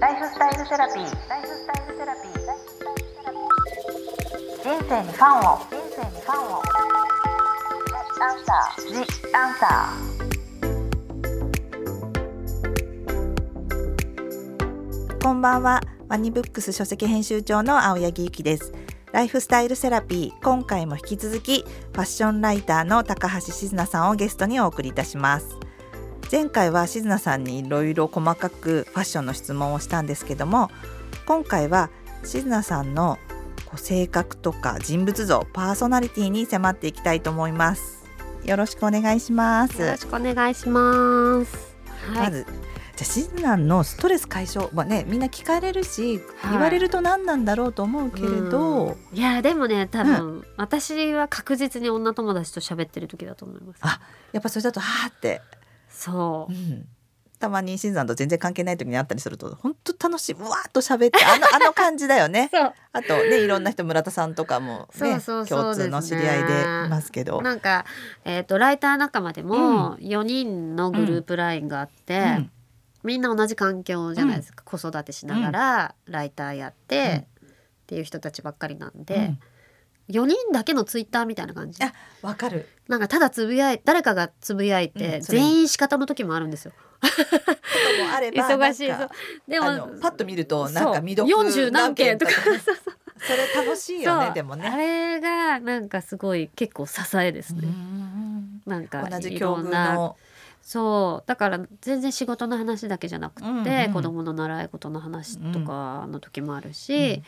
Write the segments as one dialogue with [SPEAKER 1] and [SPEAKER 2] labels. [SPEAKER 1] ライフスタイルセラピー。ライフスタイルセラピー。ライフスタイルセラピー人生にファンを。人生にファンを。アンサー。ジアンサ
[SPEAKER 2] こんばんはワニブックス書籍編集長の青柳由紀ですライフスタイルセラピー今回も引き続きファッションライターの高橋静奈さんをゲストにお送りいたします前回は静奈さんにいろいろ細かくファッションの質問をしたんですけども今回は静奈さんのこう性格とか人物像パーソナリティに迫っていきたいと思いますよろしくお願いします
[SPEAKER 3] よろしくお願いします。は
[SPEAKER 2] ま
[SPEAKER 3] い、
[SPEAKER 2] ずじゃあシズナンのストレス解消、まあね、みんな聞かれるし、
[SPEAKER 3] はい
[SPEAKER 2] 言われると何なんだろうと思うけれど、
[SPEAKER 3] うんいやでもね多分、私は確実に女友達と喋ってる時だと思います
[SPEAKER 2] あやっぱそれだとはあって、
[SPEAKER 3] そううん
[SPEAKER 2] たまにシズナンと全然関係ない時にあったりすると本当楽しいうわーっと喋ってあのあの感じだよ ね
[SPEAKER 3] そう
[SPEAKER 2] あとねいろんな人村田さんとかも、ね、
[SPEAKER 3] そうそうそう
[SPEAKER 2] 共通の知り合いでいますけど。
[SPEAKER 3] なんか、えー、とライター仲間でも4人のグループラインがあって、
[SPEAKER 2] うん
[SPEAKER 3] みんな同じ環境じゃないですか、子育てしながらライターやって、っていう人たちばっかりなんで、4人だけのツイッターみたいな感じ
[SPEAKER 2] あわかる
[SPEAKER 3] なんかただつぶやい誰かがつぶやいて、
[SPEAKER 2] うんそれ
[SPEAKER 3] 全員仕方の時もあるんですよ。
[SPEAKER 2] こともあれば
[SPEAKER 3] 忙しい
[SPEAKER 2] なんか
[SPEAKER 3] そうで
[SPEAKER 2] あのパッと見るとなんか未
[SPEAKER 3] そう
[SPEAKER 2] 読
[SPEAKER 3] 40何件とか
[SPEAKER 2] それ楽しいよ
[SPEAKER 3] そ
[SPEAKER 2] ね
[SPEAKER 3] う
[SPEAKER 2] でも
[SPEAKER 3] あ
[SPEAKER 2] ね。
[SPEAKER 3] れがなんかすごい結構支えですね、
[SPEAKER 2] うん
[SPEAKER 3] なんか
[SPEAKER 2] 同じ
[SPEAKER 3] い
[SPEAKER 2] 境
[SPEAKER 3] ろ
[SPEAKER 2] 遇
[SPEAKER 3] んな
[SPEAKER 2] の
[SPEAKER 3] そうだから全然仕事の話だけじゃなくて、
[SPEAKER 2] うんうん
[SPEAKER 3] 子供の習い事の話とかの時もあるし、
[SPEAKER 2] うん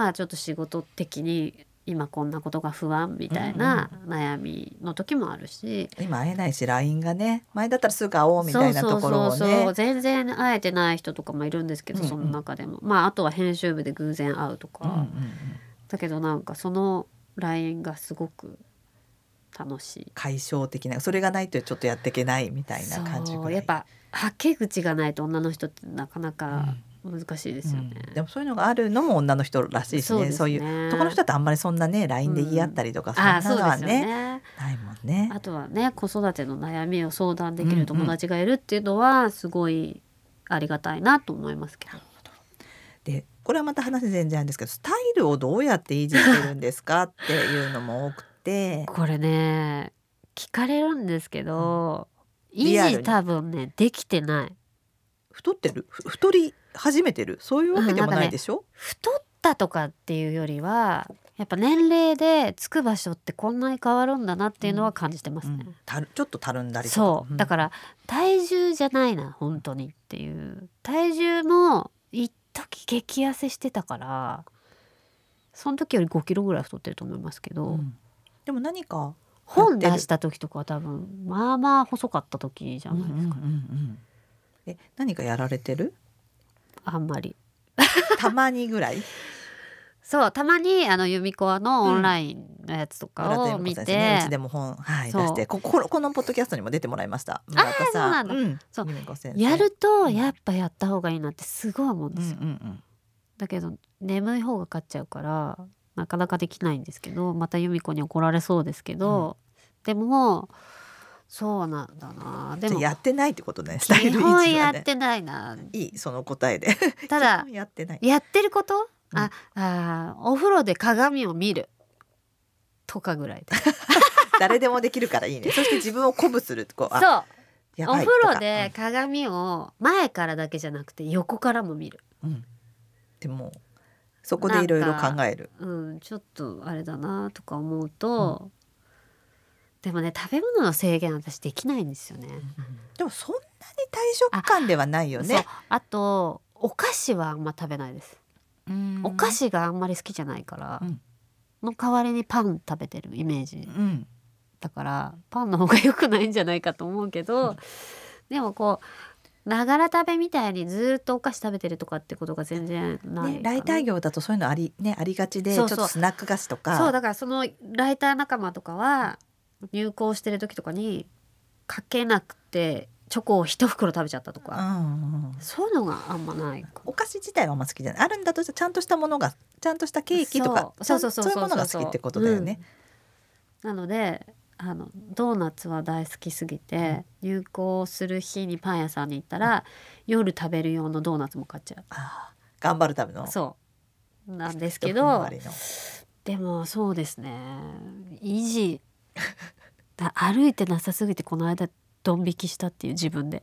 [SPEAKER 3] まあちょっと仕事的に今こんなことが不安みたいな悩みの時もあるし、
[SPEAKER 2] 今会えないし LINE がね前だったらすぐ会おうみたいなところを
[SPEAKER 3] そうそうそうそ
[SPEAKER 2] ね
[SPEAKER 3] う全然会えてない人とかもいるんですけど、
[SPEAKER 2] うんうん
[SPEAKER 3] その中でもまああとは編集部で偶然会うと
[SPEAKER 2] う
[SPEAKER 3] か、
[SPEAKER 2] んうんうん
[SPEAKER 3] だけどなんかその LINE がすごく楽しい。
[SPEAKER 2] 解消的なそれがないとちょっとやっていけないみたいな感じぐ
[SPEAKER 3] そ
[SPEAKER 2] ら
[SPEAKER 3] う
[SPEAKER 2] い
[SPEAKER 3] やっぱはけ口がないと女の人ってなかなか難しいですよね。
[SPEAKER 2] うんでもそういうのがあるのも女の人らしいしねそういう
[SPEAKER 3] う
[SPEAKER 2] 男の人だとあんまりそんなね LINE で言い合ったりとか、そん
[SPEAKER 3] あ
[SPEAKER 2] な
[SPEAKER 3] あそう
[SPEAKER 2] の
[SPEAKER 3] で
[SPEAKER 2] は
[SPEAKER 3] すよ
[SPEAKER 2] ね
[SPEAKER 3] ね。
[SPEAKER 2] ないもんね
[SPEAKER 3] あとはね子育ての悩みを相談でき
[SPEAKER 2] うんうん
[SPEAKER 3] る友達がいるっていうのはすごいありがたいなと思いますけど。
[SPEAKER 2] でこれはまた話全然あるんですけどスタイルをどうやって維持してるんですかっていうのも多くて
[SPEAKER 3] これね聞かれるんですけど、
[SPEAKER 2] リアル
[SPEAKER 3] 維
[SPEAKER 2] に
[SPEAKER 3] 持多分ねできてない。
[SPEAKER 2] 太ってるふ太り始めてるそういうわけでもないでしょ、
[SPEAKER 3] 太ったとかっていうよりはやっぱ年齢でつく場所ってこんなに変わるんだなっていうのは感じてますね。
[SPEAKER 2] うんたるちょっとたるんだりとか
[SPEAKER 3] そうだからら体重じゃないな本当にっていう体重も一時激痩せしてたからその時より5キロぐらい太ってると思いますけど、
[SPEAKER 2] でも何か
[SPEAKER 3] 本出した時とかは多分まあまあ細かった時じゃないですか、
[SPEAKER 2] え何かやられて る
[SPEAKER 3] あんまり
[SPEAKER 2] たまにぐらい
[SPEAKER 3] そうたまにあの由美子のオンラインのやつとかを
[SPEAKER 2] 村田由美子
[SPEAKER 3] 見て、
[SPEAKER 2] さんですねうちでも本、はい、
[SPEAKER 3] そ
[SPEAKER 2] 出
[SPEAKER 3] う
[SPEAKER 2] してこここのポッドキャストにも出てもらいました村田さん
[SPEAKER 3] あーそうなんだ
[SPEAKER 2] ん
[SPEAKER 3] そう
[SPEAKER 2] 由美子先生
[SPEAKER 3] やるとやっぱやった方がいいなってすごい思うん
[SPEAKER 2] う
[SPEAKER 3] で
[SPEAKER 2] ん
[SPEAKER 3] す
[SPEAKER 2] うん
[SPEAKER 3] よ、
[SPEAKER 2] うん
[SPEAKER 3] だけど眠い方が勝っちゃうからなかなかできないんですけどまた由美子に怒られそうですけど、でもそうなんだなで
[SPEAKER 2] じゃあ
[SPEAKER 3] も
[SPEAKER 2] やってないってことねスタイ
[SPEAKER 3] 基
[SPEAKER 2] ル維
[SPEAKER 3] 本
[SPEAKER 2] 持
[SPEAKER 3] や
[SPEAKER 2] は
[SPEAKER 3] っ
[SPEAKER 2] ね
[SPEAKER 3] てないない
[SPEAKER 2] いその答えで
[SPEAKER 3] た
[SPEAKER 2] 基
[SPEAKER 3] だ
[SPEAKER 2] 本やってない
[SPEAKER 3] やってること、ああーお風呂で鏡を見るとかぐらいで
[SPEAKER 2] 誰でもできるからいい ねそして自分を鼓舞するこうあ
[SPEAKER 3] そう
[SPEAKER 2] や
[SPEAKER 3] お
[SPEAKER 2] ばい
[SPEAKER 3] 風
[SPEAKER 2] とか
[SPEAKER 3] 呂で鏡を前からだけじゃなくて横からも見る、
[SPEAKER 2] うんうんでもそこでいろいろ考える
[SPEAKER 3] うん、ちょっとあれだなとか思うと、でもね食べ物の制限私できないんですよね。
[SPEAKER 2] でもそんなに大食感ではないよ
[SPEAKER 3] そう
[SPEAKER 2] ね
[SPEAKER 3] あとお菓子はあんま食べないです、お菓子があんまり好きじゃないから、
[SPEAKER 2] うん
[SPEAKER 3] の代わりにパン食べてるイメージ
[SPEAKER 2] うん
[SPEAKER 3] だからパンの方が良くないんじゃないかと思うけど、でもこうながら食べみたいにずーっとお菓子食べてるとかってことが全然ない
[SPEAKER 2] ね、ライター業だとそういうのあり,、ね、ありがちで
[SPEAKER 3] そうそう
[SPEAKER 2] ちょっとスナック菓子とか
[SPEAKER 3] そうだからそのライター仲間とかは入校してる時とかにかけなくてチョコを一袋食べちゃったと
[SPEAKER 2] う
[SPEAKER 3] か、
[SPEAKER 2] んうんうん
[SPEAKER 3] そういうのがあんまないか
[SPEAKER 2] お菓子自体はあんま好きじゃないあるんだとしたらちゃんとしたものがちゃんとしたケーキとか
[SPEAKER 3] そうそうそうそう
[SPEAKER 2] ちゃんそういうものが好きってことだよね。
[SPEAKER 3] なのであのドーナツは大好きすぎて入校する日にパン屋さんに行ったら夜食べる用のドーナツも買っちゃ
[SPEAKER 2] あー頑張るための
[SPEAKER 3] う
[SPEAKER 2] う
[SPEAKER 3] そうなんですけ
[SPEAKER 2] の
[SPEAKER 3] どでもそうですね維持だ 歩いてなさすぎてこの間ドン引きしたっていう自分で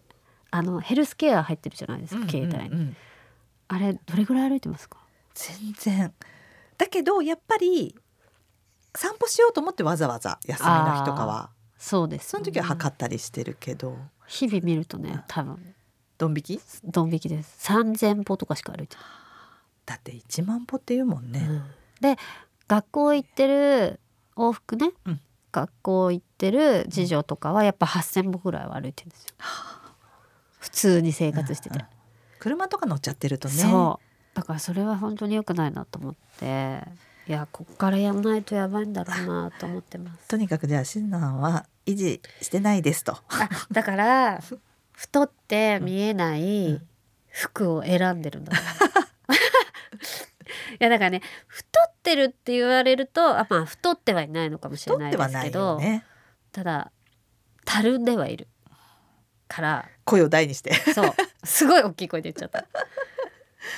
[SPEAKER 3] あのヘルスケア入ってるじゃないですか、携帯に
[SPEAKER 2] うんうんうん
[SPEAKER 3] あれどれぐらい歩いてますか
[SPEAKER 2] 全然だけどやっぱり散歩しようと思ってわざわざ休みの日とかは
[SPEAKER 3] そうです、
[SPEAKER 2] その時は測ったりしてるけど
[SPEAKER 3] 日々見るとね多分
[SPEAKER 2] ドン引き
[SPEAKER 3] ドン引きです3,000歩とかしか歩いて
[SPEAKER 2] だって1万歩って言うもん
[SPEAKER 3] ない、
[SPEAKER 2] ね、
[SPEAKER 3] で学校行ってる往復ね、
[SPEAKER 2] うん
[SPEAKER 3] 学校行ってる次女とかはやっぱ8,000歩ぐらいは歩いてるんですよ、普通に生活してて、
[SPEAKER 2] うん車とか乗っちゃってるとね
[SPEAKER 3] そうだからそれは本当に良くないなと思っていやこっからやんないとやばいんだろうなと思ってます
[SPEAKER 2] とにかくじゃあシナは維持してないですと
[SPEAKER 3] あだから太って見えな
[SPEAKER 2] う
[SPEAKER 3] い
[SPEAKER 2] ん
[SPEAKER 3] 服を選んでるんだと思う いやだからね太ってるって言われるとあまあ太ってはいないのかもしれ
[SPEAKER 2] 取
[SPEAKER 3] な
[SPEAKER 2] っ
[SPEAKER 3] い
[SPEAKER 2] て
[SPEAKER 3] で
[SPEAKER 2] は
[SPEAKER 3] す
[SPEAKER 2] な
[SPEAKER 3] け
[SPEAKER 2] い
[SPEAKER 3] ど、
[SPEAKER 2] よね
[SPEAKER 3] ただたるんではいる から
[SPEAKER 2] 声を大にして
[SPEAKER 3] そうすごい大きい声で言っちゃった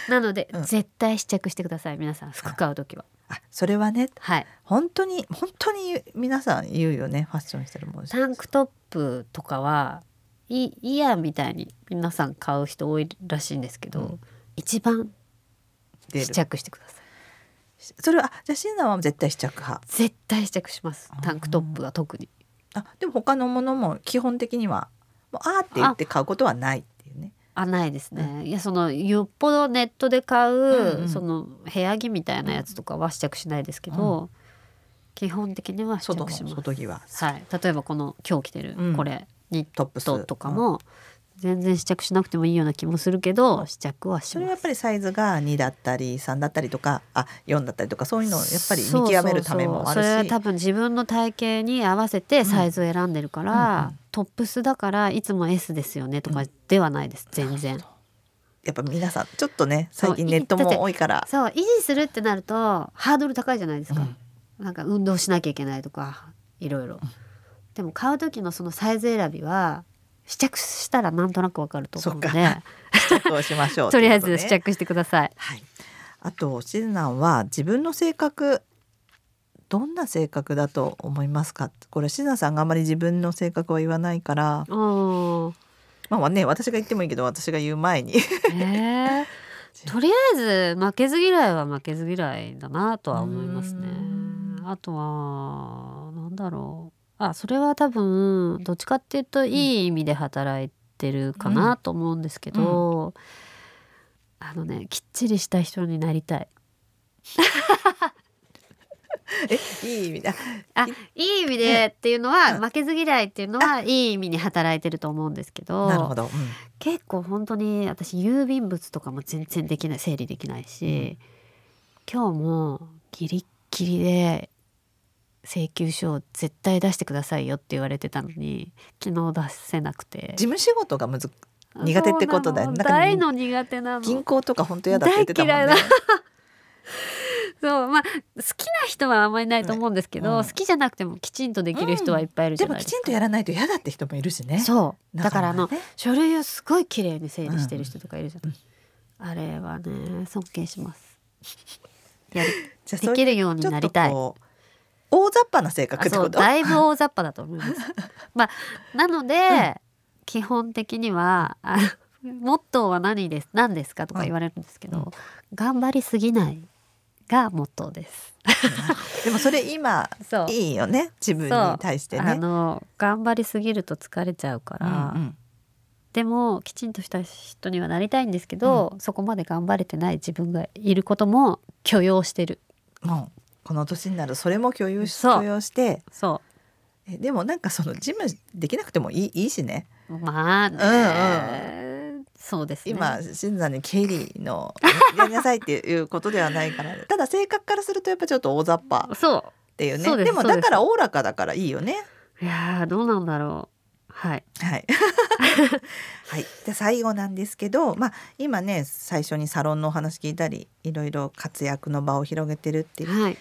[SPEAKER 3] なので、
[SPEAKER 2] うん
[SPEAKER 3] 絶対試着してください皆さん服買う時は
[SPEAKER 2] あそれはね
[SPEAKER 3] はい
[SPEAKER 2] 本当に本当に皆さん言うよねファッションしてるもん
[SPEAKER 3] タンクトップとかはいいいやみたいに皆さん買う人多いらしいんですけど、
[SPEAKER 2] うん
[SPEAKER 3] 一番
[SPEAKER 2] 出
[SPEAKER 3] 試
[SPEAKER 2] る
[SPEAKER 3] 着してください
[SPEAKER 2] それはあじゃあシナは絶対試着派
[SPEAKER 3] 絶対試着しますタンクトップは特に
[SPEAKER 2] あでも他のものも基本的にはもうあーって言って買うことはないっていうね
[SPEAKER 3] あないですねいやそのよっぽどネットで買う、
[SPEAKER 2] うんうん
[SPEAKER 3] その部屋着みたいなやつとかは試着しないですけど、基本的には試
[SPEAKER 2] 外
[SPEAKER 3] 着し
[SPEAKER 2] の
[SPEAKER 3] ます
[SPEAKER 2] 外着は
[SPEAKER 3] はい、例えばこの今日着てる
[SPEAKER 2] うん
[SPEAKER 3] これ、ニッ
[SPEAKER 2] トップス
[SPEAKER 3] トとかも全然試着しなくてもいいような気もするけど試着はし
[SPEAKER 2] それは
[SPEAKER 3] ま
[SPEAKER 2] やっ
[SPEAKER 3] す。
[SPEAKER 2] ぱりサイズが2だったり3だったりとかあ4だったりとかそういうのをやっぱり見極めるためもあるし
[SPEAKER 3] そうそうそうそれは多分自分の体型に合わせてサイズを選んでるから、
[SPEAKER 2] うんうん
[SPEAKER 3] トップスだからいつも S ですよねとかではないです、全然
[SPEAKER 2] やっぱ皆さんちょっとね最近
[SPEAKER 3] そう
[SPEAKER 2] ネット
[SPEAKER 3] だって
[SPEAKER 2] も多いから
[SPEAKER 3] そう維持するってなるとハードル高いじゃないですか、なんか運動しなきゃいけないとかいろいろでも買う時のそのサイズ選びは試着したらなんとなくわかると思うので
[SPEAKER 2] そっか試着をしましょう
[SPEAKER 3] とりあえず試
[SPEAKER 2] っていうことね
[SPEAKER 3] 着してください。
[SPEAKER 2] はいあとシズナンは自分の性格どんな性格だと思いますかこれシズナンさんがあんまり自分の性格は言わないから
[SPEAKER 3] うん。
[SPEAKER 2] まあね私が言ってもいいけど私が言う前 に
[SPEAKER 3] え ーとりあえず負けず嫌いは負けず嫌いだなとは思いますね
[SPEAKER 2] うー。ん
[SPEAKER 3] あとはなんだろう。あそれは多分どっちかっていうといい意味で働いてるかなと思うんですけど、あのねきっちりした人になりたい。
[SPEAKER 2] えいい意味だ
[SPEAKER 3] あいい意味でっていうのは負けず嫌いっていうのはいい意味に働いてると思うんですけど。
[SPEAKER 2] なるほど、うん
[SPEAKER 3] 結構本当に私郵便物とかも全然できない整理できないし、今日もギリッギリで請求書を絶対出してくださいよって言われてたのに昨日出せなくて
[SPEAKER 2] 事務仕事がむず苦手ってことだよねな
[SPEAKER 3] そう
[SPEAKER 2] ん
[SPEAKER 3] な
[SPEAKER 2] か
[SPEAKER 3] の大の苦手なの
[SPEAKER 2] 銀行とか本当嫌だって言ってたもんね
[SPEAKER 3] 大嫌いそうまあ好きな人はあんまりないと思うんですけど、
[SPEAKER 2] うん
[SPEAKER 3] 好きじゃなくてもきちんとできる人はいっぱいいるじ
[SPEAKER 2] で
[SPEAKER 3] ゃな
[SPEAKER 2] もき
[SPEAKER 3] いです
[SPEAKER 2] ち
[SPEAKER 3] か、
[SPEAKER 2] んとやらないと嫌だって人もいるしね
[SPEAKER 3] そうだからあの
[SPEAKER 2] なかなかね
[SPEAKER 3] 書類をすごい綺麗に整理してる人とかいるじゃない、あれはね尊敬します やる
[SPEAKER 2] じゃあ
[SPEAKER 3] できるようになりたい
[SPEAKER 2] そううちょっとこう大雑把な性
[SPEAKER 3] あ
[SPEAKER 2] 格って
[SPEAKER 3] そ
[SPEAKER 2] こ
[SPEAKER 3] う
[SPEAKER 2] と
[SPEAKER 3] だいぶ大雑把だと思 いますまあなので、基本的にはあのモットーは何です何ですかとか言われるんですけど、
[SPEAKER 2] うん
[SPEAKER 3] 頑張りすぎないがモットーです
[SPEAKER 2] でもそれ今
[SPEAKER 3] そう
[SPEAKER 2] いいよね自分に対して
[SPEAKER 3] あ
[SPEAKER 2] ね
[SPEAKER 3] の頑張りすぎると疲れちゃうか
[SPEAKER 2] う
[SPEAKER 3] ら、
[SPEAKER 2] んうん
[SPEAKER 3] でもきちんとした人にはなりたいんですけど、そこまで頑張れてない自分がいることも許容してる
[SPEAKER 2] もうこの年になるそれも許容し
[SPEAKER 3] そう
[SPEAKER 2] 許容して
[SPEAKER 3] そ
[SPEAKER 2] えでもなんかその事務できなくてもいい いいしね
[SPEAKER 3] うまあね、そうですね
[SPEAKER 2] 今新さんに経理の やりなさいっていうことではないからただ性格からするとやっぱちょっと大雑把
[SPEAKER 3] そ
[SPEAKER 2] っていうね
[SPEAKER 3] そうです
[SPEAKER 2] でも
[SPEAKER 3] そう
[SPEAKER 2] だ
[SPEAKER 3] です
[SPEAKER 2] からおおらかだからいいよね
[SPEAKER 3] ういやーどうなんだろうはい
[SPEAKER 2] はい。 はい、で最後なんですけど、まあ、今ね最初にサロンのお話聞いたりいろいろ活躍の場を広げてるっていう、
[SPEAKER 3] はい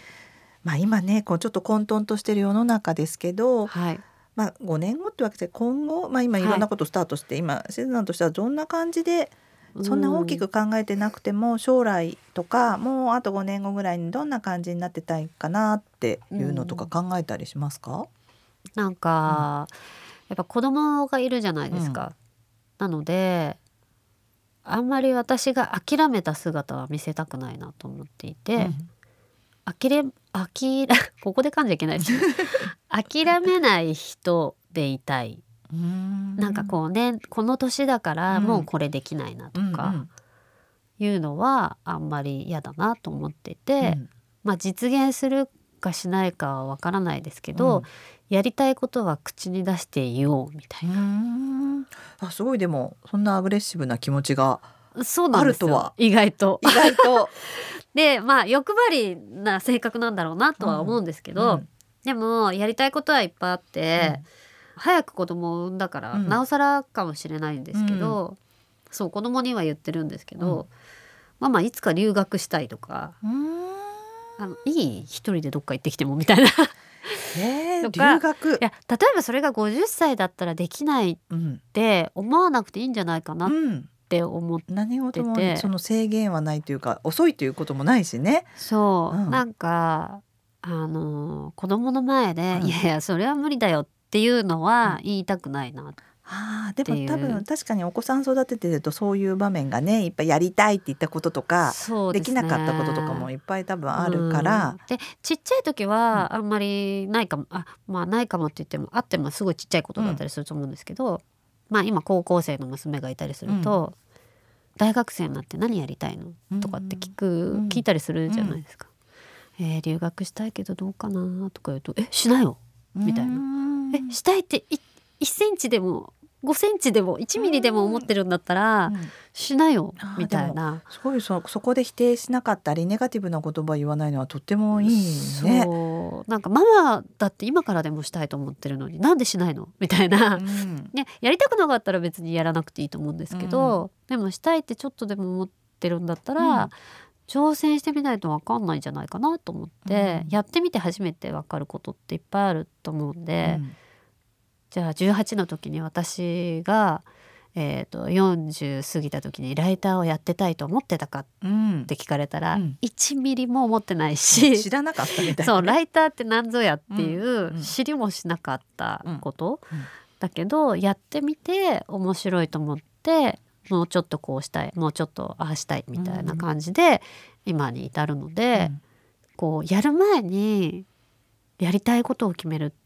[SPEAKER 2] まあ、今ねこうちょっと混沌としてる世の中ですけど、
[SPEAKER 3] はい
[SPEAKER 2] まあ、5年後ってわけで今後、まあ、今い
[SPEAKER 3] はい
[SPEAKER 2] ろんなことスタートして、今シズナとしてはどんな感じでそんな大き
[SPEAKER 3] う
[SPEAKER 2] く考えてなくても将来とかもうあと5年後ぐらいにどんな感じになってたいかなっていうのとか考えたりしますか、
[SPEAKER 3] なんか、やっぱ子供がいるじゃないですか、なのであんまり私が諦めた姿は見せたくないなと思っていて、
[SPEAKER 2] うん
[SPEAKER 3] 諦め諦 ここで噛んじゃいけないです ね諦めない人でいたいなんかこうねこの年だから
[SPEAKER 2] うん
[SPEAKER 3] もうこれできないなと
[SPEAKER 2] うんうん
[SPEAKER 3] かいうのはあんまり嫌だなと思ってて、
[SPEAKER 2] うん
[SPEAKER 3] まあ実現するかしないかはわからないですけど、
[SPEAKER 2] うん
[SPEAKER 3] やりたいことは口に出して言おうみた
[SPEAKER 2] う
[SPEAKER 3] い
[SPEAKER 2] んあすごいでもそんなアグレッシブな気持ちが
[SPEAKER 3] なそうなんですよ
[SPEAKER 2] あるとは
[SPEAKER 3] 意外と
[SPEAKER 2] 意。外と、
[SPEAKER 3] でまあ欲張りな性格なんだろうなとは思うんですけ
[SPEAKER 2] う
[SPEAKER 3] ど、
[SPEAKER 2] ん
[SPEAKER 3] でもやりたいことはいっぱいあって。早く子供を産んだから、
[SPEAKER 2] うん
[SPEAKER 3] なおさらかもしれないんですけど、そう子供には言ってるんですけど、
[SPEAKER 2] うん
[SPEAKER 3] ママいつか留学したいとか
[SPEAKER 2] うん
[SPEAKER 3] あのいい一人でどっか行ってきてもみ たいない
[SPEAKER 2] えー
[SPEAKER 3] とか
[SPEAKER 2] 留学、
[SPEAKER 3] や例えばそれが50歳だったらできないっ
[SPEAKER 2] うん
[SPEAKER 3] て思わなくていいんじゃないかなっ
[SPEAKER 2] うん、
[SPEAKER 3] て思っ
[SPEAKER 2] 何事も
[SPEAKER 3] 出て
[SPEAKER 2] その制限はないというか遅いということもないしね。
[SPEAKER 3] そう、
[SPEAKER 2] うん
[SPEAKER 3] なんかあの子供の前で、
[SPEAKER 2] うん
[SPEAKER 3] いやいやそれは無理だよっていうのは言いたくないな、
[SPEAKER 2] あーで
[SPEAKER 3] ってい
[SPEAKER 2] も
[SPEAKER 3] う
[SPEAKER 2] 多分確かにお子さん育ててるとそういう場面がねいっぱいやりたいって言ったこととか
[SPEAKER 3] そう
[SPEAKER 2] で,、
[SPEAKER 3] す
[SPEAKER 2] き
[SPEAKER 3] ね
[SPEAKER 2] なかったこととかもいっぱい多分あるから、
[SPEAKER 3] うん。でちっちゃい時はあんまりないかも、あまあないかもって言ってもあってもすごいちっちゃいことだったりすると思うんですけど、まあ今高校生の娘がいたりすると、大学生になって何やりたいの
[SPEAKER 2] うん
[SPEAKER 3] とかって聞く、
[SPEAKER 2] うん
[SPEAKER 3] 聞いたりするじゃないですか。えー留学したいけどどうかなとか言うと「えしなよ」みたいな「えしたいってい1センチでも5センチでも1ミリでも思ってるんだったら
[SPEAKER 2] うん
[SPEAKER 3] しなよ
[SPEAKER 2] あ」ー
[SPEAKER 3] みたいな。
[SPEAKER 2] すごいそそこで否定しなかったりネガティブな言葉言わないのはとってもいいね。
[SPEAKER 3] そうなんかママだって今からでもしたいと思ってるのになんでしないのみたいな、
[SPEAKER 2] うん
[SPEAKER 3] ね、やりたくなかったら別にやらなくていいと思うんですけど、でもしたいってちょっとでも思ってるんだったら、
[SPEAKER 2] うん
[SPEAKER 3] 挑戦してみないと分かんないんじゃないかなと思って、
[SPEAKER 2] うん
[SPEAKER 3] やってみて初めて分かることっていっぱいあると思うん
[SPEAKER 2] う
[SPEAKER 3] で、
[SPEAKER 2] ん
[SPEAKER 3] じゃあ18の時に私が、えー、と40過ぎた時にライターをやってたいと思ってたかっ
[SPEAKER 2] うん
[SPEAKER 3] て聞かれたら、
[SPEAKER 2] うん
[SPEAKER 3] 1ミリも思ってない し
[SPEAKER 2] 知らなかったみたいな。
[SPEAKER 3] そうライターって何ぞやっていう、
[SPEAKER 2] うんうん
[SPEAKER 3] 知りもしなかったこと、
[SPEAKER 2] うんうん
[SPEAKER 3] だけどやってみて面白いと思ってもうちょっとこうしたいもうちょっとああしたいみたいな感じで、今に至るので、こうやる前にやりたいことを決めるって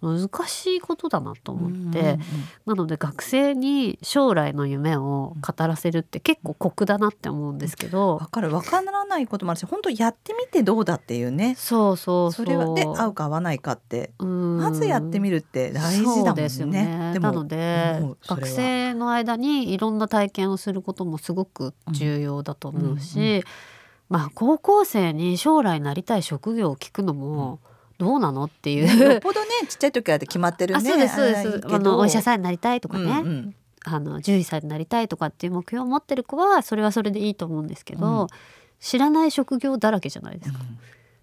[SPEAKER 3] 難しいことだなと
[SPEAKER 2] うん
[SPEAKER 3] 思って、
[SPEAKER 2] うん
[SPEAKER 3] なので学生に将来の夢を語らせるって結構酷だなって思うんですけど、
[SPEAKER 2] わかるわからないこともあるし本当やってみてどうだっていうね
[SPEAKER 3] そうそう
[SPEAKER 2] そ
[SPEAKER 3] そ
[SPEAKER 2] うれはで合うか合わないかってま
[SPEAKER 3] ま
[SPEAKER 2] ずやってみるって大事だもんね。
[SPEAKER 3] ですよねなので
[SPEAKER 2] 思うそれは
[SPEAKER 3] 学生の間にいろんな体験をすることもすごく重要だと思うし、
[SPEAKER 2] うんうん
[SPEAKER 3] まあ高校生に将来なりたい職業を聞くのもどうなのってい
[SPEAKER 2] よっ
[SPEAKER 3] う。
[SPEAKER 2] ぽどねちっちゃい時は決まってるね。
[SPEAKER 3] あそうですそうですあのお医者
[SPEAKER 2] ん
[SPEAKER 3] さんになりたいとかね、
[SPEAKER 2] うんうん
[SPEAKER 3] あの獣医さんになりたいとかっていう目標を持ってる子はそれはそれでいいと思うんですけど、
[SPEAKER 2] うん
[SPEAKER 3] 知らない職業だらけじゃないですか。
[SPEAKER 2] うん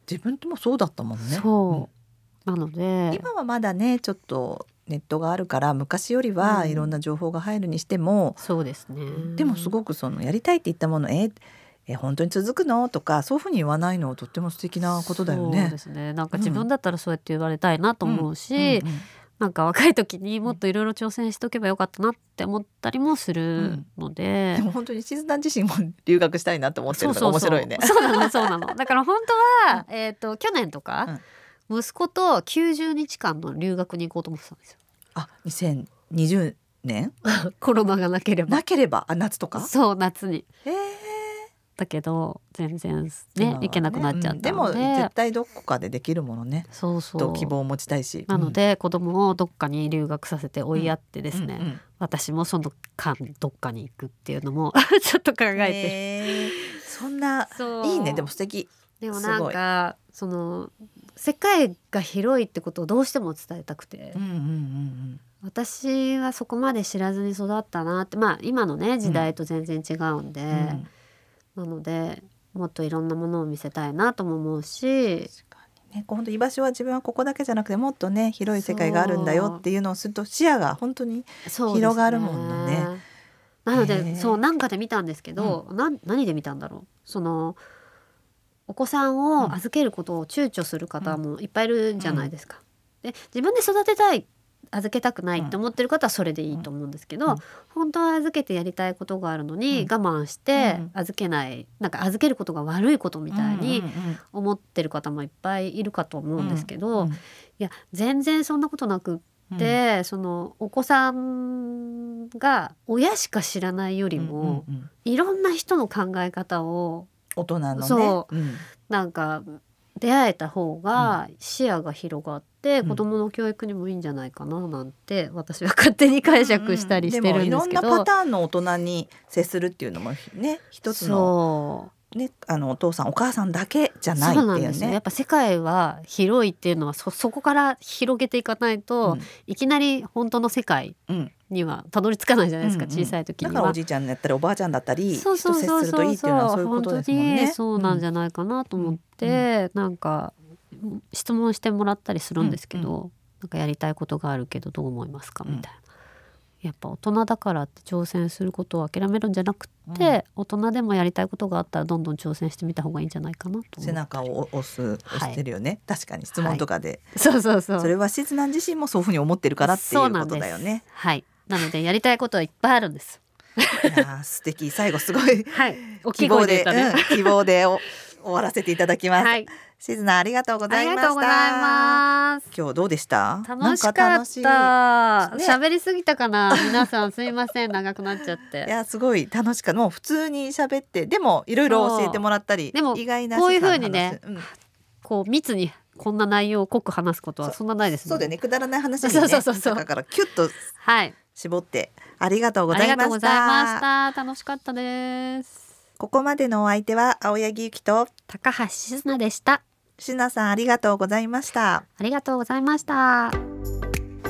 [SPEAKER 2] 自分ともそうだったもんね。
[SPEAKER 3] そう、なので
[SPEAKER 2] 今はまだねちょっとネットがあるから昔よりはいろんな情報が入るにしても、
[SPEAKER 3] そうですね
[SPEAKER 2] でもすごくそのやりたいって言ったものええ本当に続くのとかそういうふうに言わないのとっても素敵なことだよ
[SPEAKER 3] そう
[SPEAKER 2] ね
[SPEAKER 3] で。すね。なんか自分だったらそうやって言われたいなと思うし、
[SPEAKER 2] うんうん
[SPEAKER 3] なんか若い時にもっといろいろ挑戦しとけばよかったなって思ったりもするので。
[SPEAKER 2] でも本当に静南自身も留学したいなと思ってる
[SPEAKER 3] そう
[SPEAKER 2] のが
[SPEAKER 3] そう
[SPEAKER 2] 面白
[SPEAKER 3] そう
[SPEAKER 2] いね。
[SPEAKER 3] そうなのそうなのだから本当は、えっ、と去年とか、息子と90日間の留学に行こうと思ってたんですよ
[SPEAKER 2] あ、2020年
[SPEAKER 3] コロナがなければ
[SPEAKER 2] なければあ夏とか。
[SPEAKER 3] そう夏に
[SPEAKER 2] へえ
[SPEAKER 3] だけど全然ね
[SPEAKER 2] 今は
[SPEAKER 3] 行けなくなっちゃったの
[SPEAKER 2] うん
[SPEAKER 3] で,、
[SPEAKER 2] でも絶対どこかでできるものね。
[SPEAKER 3] そうそ
[SPEAKER 2] と
[SPEAKER 3] う
[SPEAKER 2] 希望を持ちたいし。
[SPEAKER 3] なので、子供をどっかに留学させて追いやってで
[SPEAKER 2] です
[SPEAKER 3] ね、私もその間どっかに行くっていうのも ちょっと考えてる、
[SPEAKER 2] そんな
[SPEAKER 3] そう
[SPEAKER 2] いいねでも素敵。
[SPEAKER 3] でも
[SPEAKER 2] す
[SPEAKER 3] な
[SPEAKER 2] ご
[SPEAKER 3] ん
[SPEAKER 2] い
[SPEAKER 3] かその世界が広いってことをどうしても伝えたくて、
[SPEAKER 2] うんうんうん
[SPEAKER 3] 私はそこまで知らずに育ったなってまあ今のね時代と全然違うんで、
[SPEAKER 2] うんうん。
[SPEAKER 3] なのでもっといろんなものを見せたいなとも思うし
[SPEAKER 2] 確かにね、こう本当居場所は自分はここだけじゃなくてもっとね広い世界があるんだよっていうのをすると視野が本当に
[SPEAKER 3] そうですね
[SPEAKER 2] 広がるもんね。
[SPEAKER 3] なの
[SPEAKER 2] へえ
[SPEAKER 3] でそうなんかで見たんですけど、なん何で見たんだろうそのお子さん
[SPEAKER 2] うん
[SPEAKER 3] を預けることを躊躇する方もいっぱいいるじゃないですか。で自分で育てたい預けたくないって思ってる方はそれでいいと思うんですけど、
[SPEAKER 2] うん
[SPEAKER 3] 本当は預けてやりたいことがあるのに
[SPEAKER 2] うん
[SPEAKER 3] 我慢して
[SPEAKER 2] うん
[SPEAKER 3] 預けない、なんか預けることが悪いことみたいに思ってる方もいっぱいいるかと思うんですけど、いや全然そんなことなくっ
[SPEAKER 2] で
[SPEAKER 3] で、そのお子さんが親しか知らないよりも、いろんな人の考え方を
[SPEAKER 2] 大人のね
[SPEAKER 3] そ
[SPEAKER 2] うん
[SPEAKER 3] なんか出会えた方が視野が広がっ
[SPEAKER 2] う
[SPEAKER 3] て、
[SPEAKER 2] ん
[SPEAKER 3] 子どもの教育にもいいんじゃないかななんて私は勝手に解釈したりしてるんですけど、
[SPEAKER 2] もいろんなパターンの大人に接するっていうのもね一つの,、
[SPEAKER 3] そう
[SPEAKER 2] ね、あのお父さんお母さんだけじゃないって
[SPEAKER 3] そうなん
[SPEAKER 2] い
[SPEAKER 3] で
[SPEAKER 2] う
[SPEAKER 3] すよや
[SPEAKER 2] ね
[SPEAKER 3] っ。ぱ世界は広いっていうのはそそこから広げていかないと、
[SPEAKER 2] うん
[SPEAKER 3] いきなり本当の世界
[SPEAKER 2] うん
[SPEAKER 3] にはたどり着かないじゃないですか、
[SPEAKER 2] うんうん
[SPEAKER 3] 小さい時
[SPEAKER 2] だ
[SPEAKER 3] に
[SPEAKER 2] からお
[SPEAKER 3] は。
[SPEAKER 2] じいちゃんだったりおばあちゃんだったり
[SPEAKER 3] そう
[SPEAKER 2] 人
[SPEAKER 3] そ
[SPEAKER 2] と
[SPEAKER 3] う
[SPEAKER 2] 接
[SPEAKER 3] そう
[SPEAKER 2] するといいっていうのはそういうことですもんね。
[SPEAKER 3] そうなんじ
[SPEAKER 2] ゃ
[SPEAKER 3] ゃないかなと思って、なんかうん質問してもらったりするんですけど、なんかやりたいことがあるけどどう思いますか
[SPEAKER 2] うん
[SPEAKER 3] みたいな。やっぱ大人だからって挑戦することを諦めるんじゃなくって、大人でもやりたいことがあったらどんどん挑戦してみた方がいいんじゃないかなと思
[SPEAKER 2] 背
[SPEAKER 3] う。
[SPEAKER 2] 中を押す
[SPEAKER 3] はい
[SPEAKER 2] 押してるよね、確かに質問とかで、
[SPEAKER 3] そうそうそう。
[SPEAKER 2] それはしずな自身もそういうふうに思ってるからってい
[SPEAKER 3] そう
[SPEAKER 2] う
[SPEAKER 3] な
[SPEAKER 2] こ
[SPEAKER 3] ん
[SPEAKER 2] と
[SPEAKER 3] です
[SPEAKER 2] だよね。
[SPEAKER 3] はい。なのでやりたいことはいっぱいあるんです。
[SPEAKER 2] いやー素敵最後すご い
[SPEAKER 3] はい。大き
[SPEAKER 2] 希
[SPEAKER 3] い声
[SPEAKER 2] 望
[SPEAKER 3] で言
[SPEAKER 2] で
[SPEAKER 3] ったね。
[SPEAKER 2] うん 希望でお終わらせていただきます。
[SPEAKER 3] はい。
[SPEAKER 2] しずなありがとうご
[SPEAKER 3] あ
[SPEAKER 2] ざい
[SPEAKER 3] り
[SPEAKER 2] ました。
[SPEAKER 3] がとうございます。
[SPEAKER 2] 今日どうでした？
[SPEAKER 3] 楽しか
[SPEAKER 2] な
[SPEAKER 3] った
[SPEAKER 2] ん楽しね
[SPEAKER 3] 喋、りすぎたか な皆さんすいません長くなっちゃっ
[SPEAKER 2] いい
[SPEAKER 3] て
[SPEAKER 2] やすごい楽しかった。もう普通に喋ってでもいろいろ教えてもらったり、
[SPEAKER 3] でも
[SPEAKER 2] 意外な
[SPEAKER 3] こういう
[SPEAKER 2] 資産の
[SPEAKER 3] ふうにね
[SPEAKER 2] 話うん
[SPEAKER 3] こう密にこんな内容を濃く話すことはそんなないです
[SPEAKER 2] そうだよねくだらない話にね、
[SPEAKER 3] そうそうそうそう
[SPEAKER 2] だからキュッと
[SPEAKER 3] はい
[SPEAKER 2] 絞ってありがとうご
[SPEAKER 3] あ
[SPEAKER 2] ざ
[SPEAKER 3] り
[SPEAKER 2] い
[SPEAKER 3] が
[SPEAKER 2] ま
[SPEAKER 3] と
[SPEAKER 2] し
[SPEAKER 3] うございま
[SPEAKER 2] た
[SPEAKER 3] し。た楽しかったです
[SPEAKER 2] ここまでのお相手は青柳ゆきと
[SPEAKER 3] 高橋静奈でした
[SPEAKER 2] しなさんありがとうございました。
[SPEAKER 3] ありがとうございました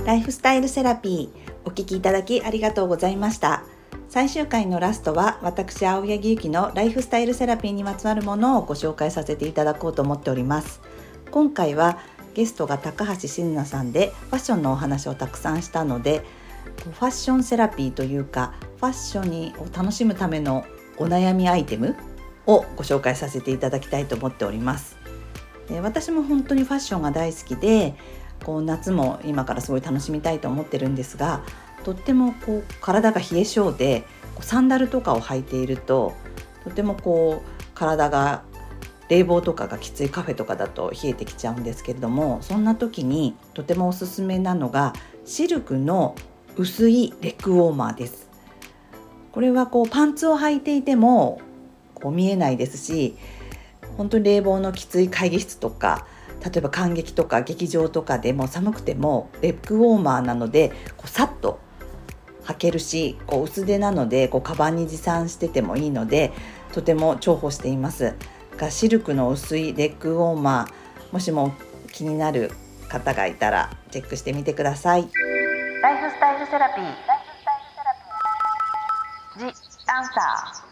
[SPEAKER 2] ライフスタイルセラピーお聞きいただきありがとうございました最終回のラストは私青柳ゆきのライフスタイルセラピーにまつわるものをご紹介させていただこうと思っております今回はゲストが高橋真奈さんでファッションのお話をたくさんしたのでファッションセラピーというかファッションにを楽しむためのお悩みアイテムをご紹介させていただきたいと思っておりますで私も本当にファッションが大好きでこう夏も今からすごい楽しみたいと思ってるんですがとってもこう体が冷え性でこうサンダルとかを履いているととてもこう体が冷房とかがきついカフェとかだと冷えてきちゃうんですけれどもそんな時にとてもおすすめなのがシルクの薄いレッグウォーマーですこれはこうパンツを履いていてもこう見えないですし本当に冷房のきつい会議室とか例えば観劇とか劇場とかでも寒くてもレッグウォーマーなのでこうさっと履けるしこう薄手なのでこうカバンに持参しててもいいのでとても重宝していますがシルクの薄いレッグウォーマーもしも気になる方がいたらチェックしてみてください
[SPEAKER 1] ライフスタイルセラピー。ライフスタイルセラピー。The answer.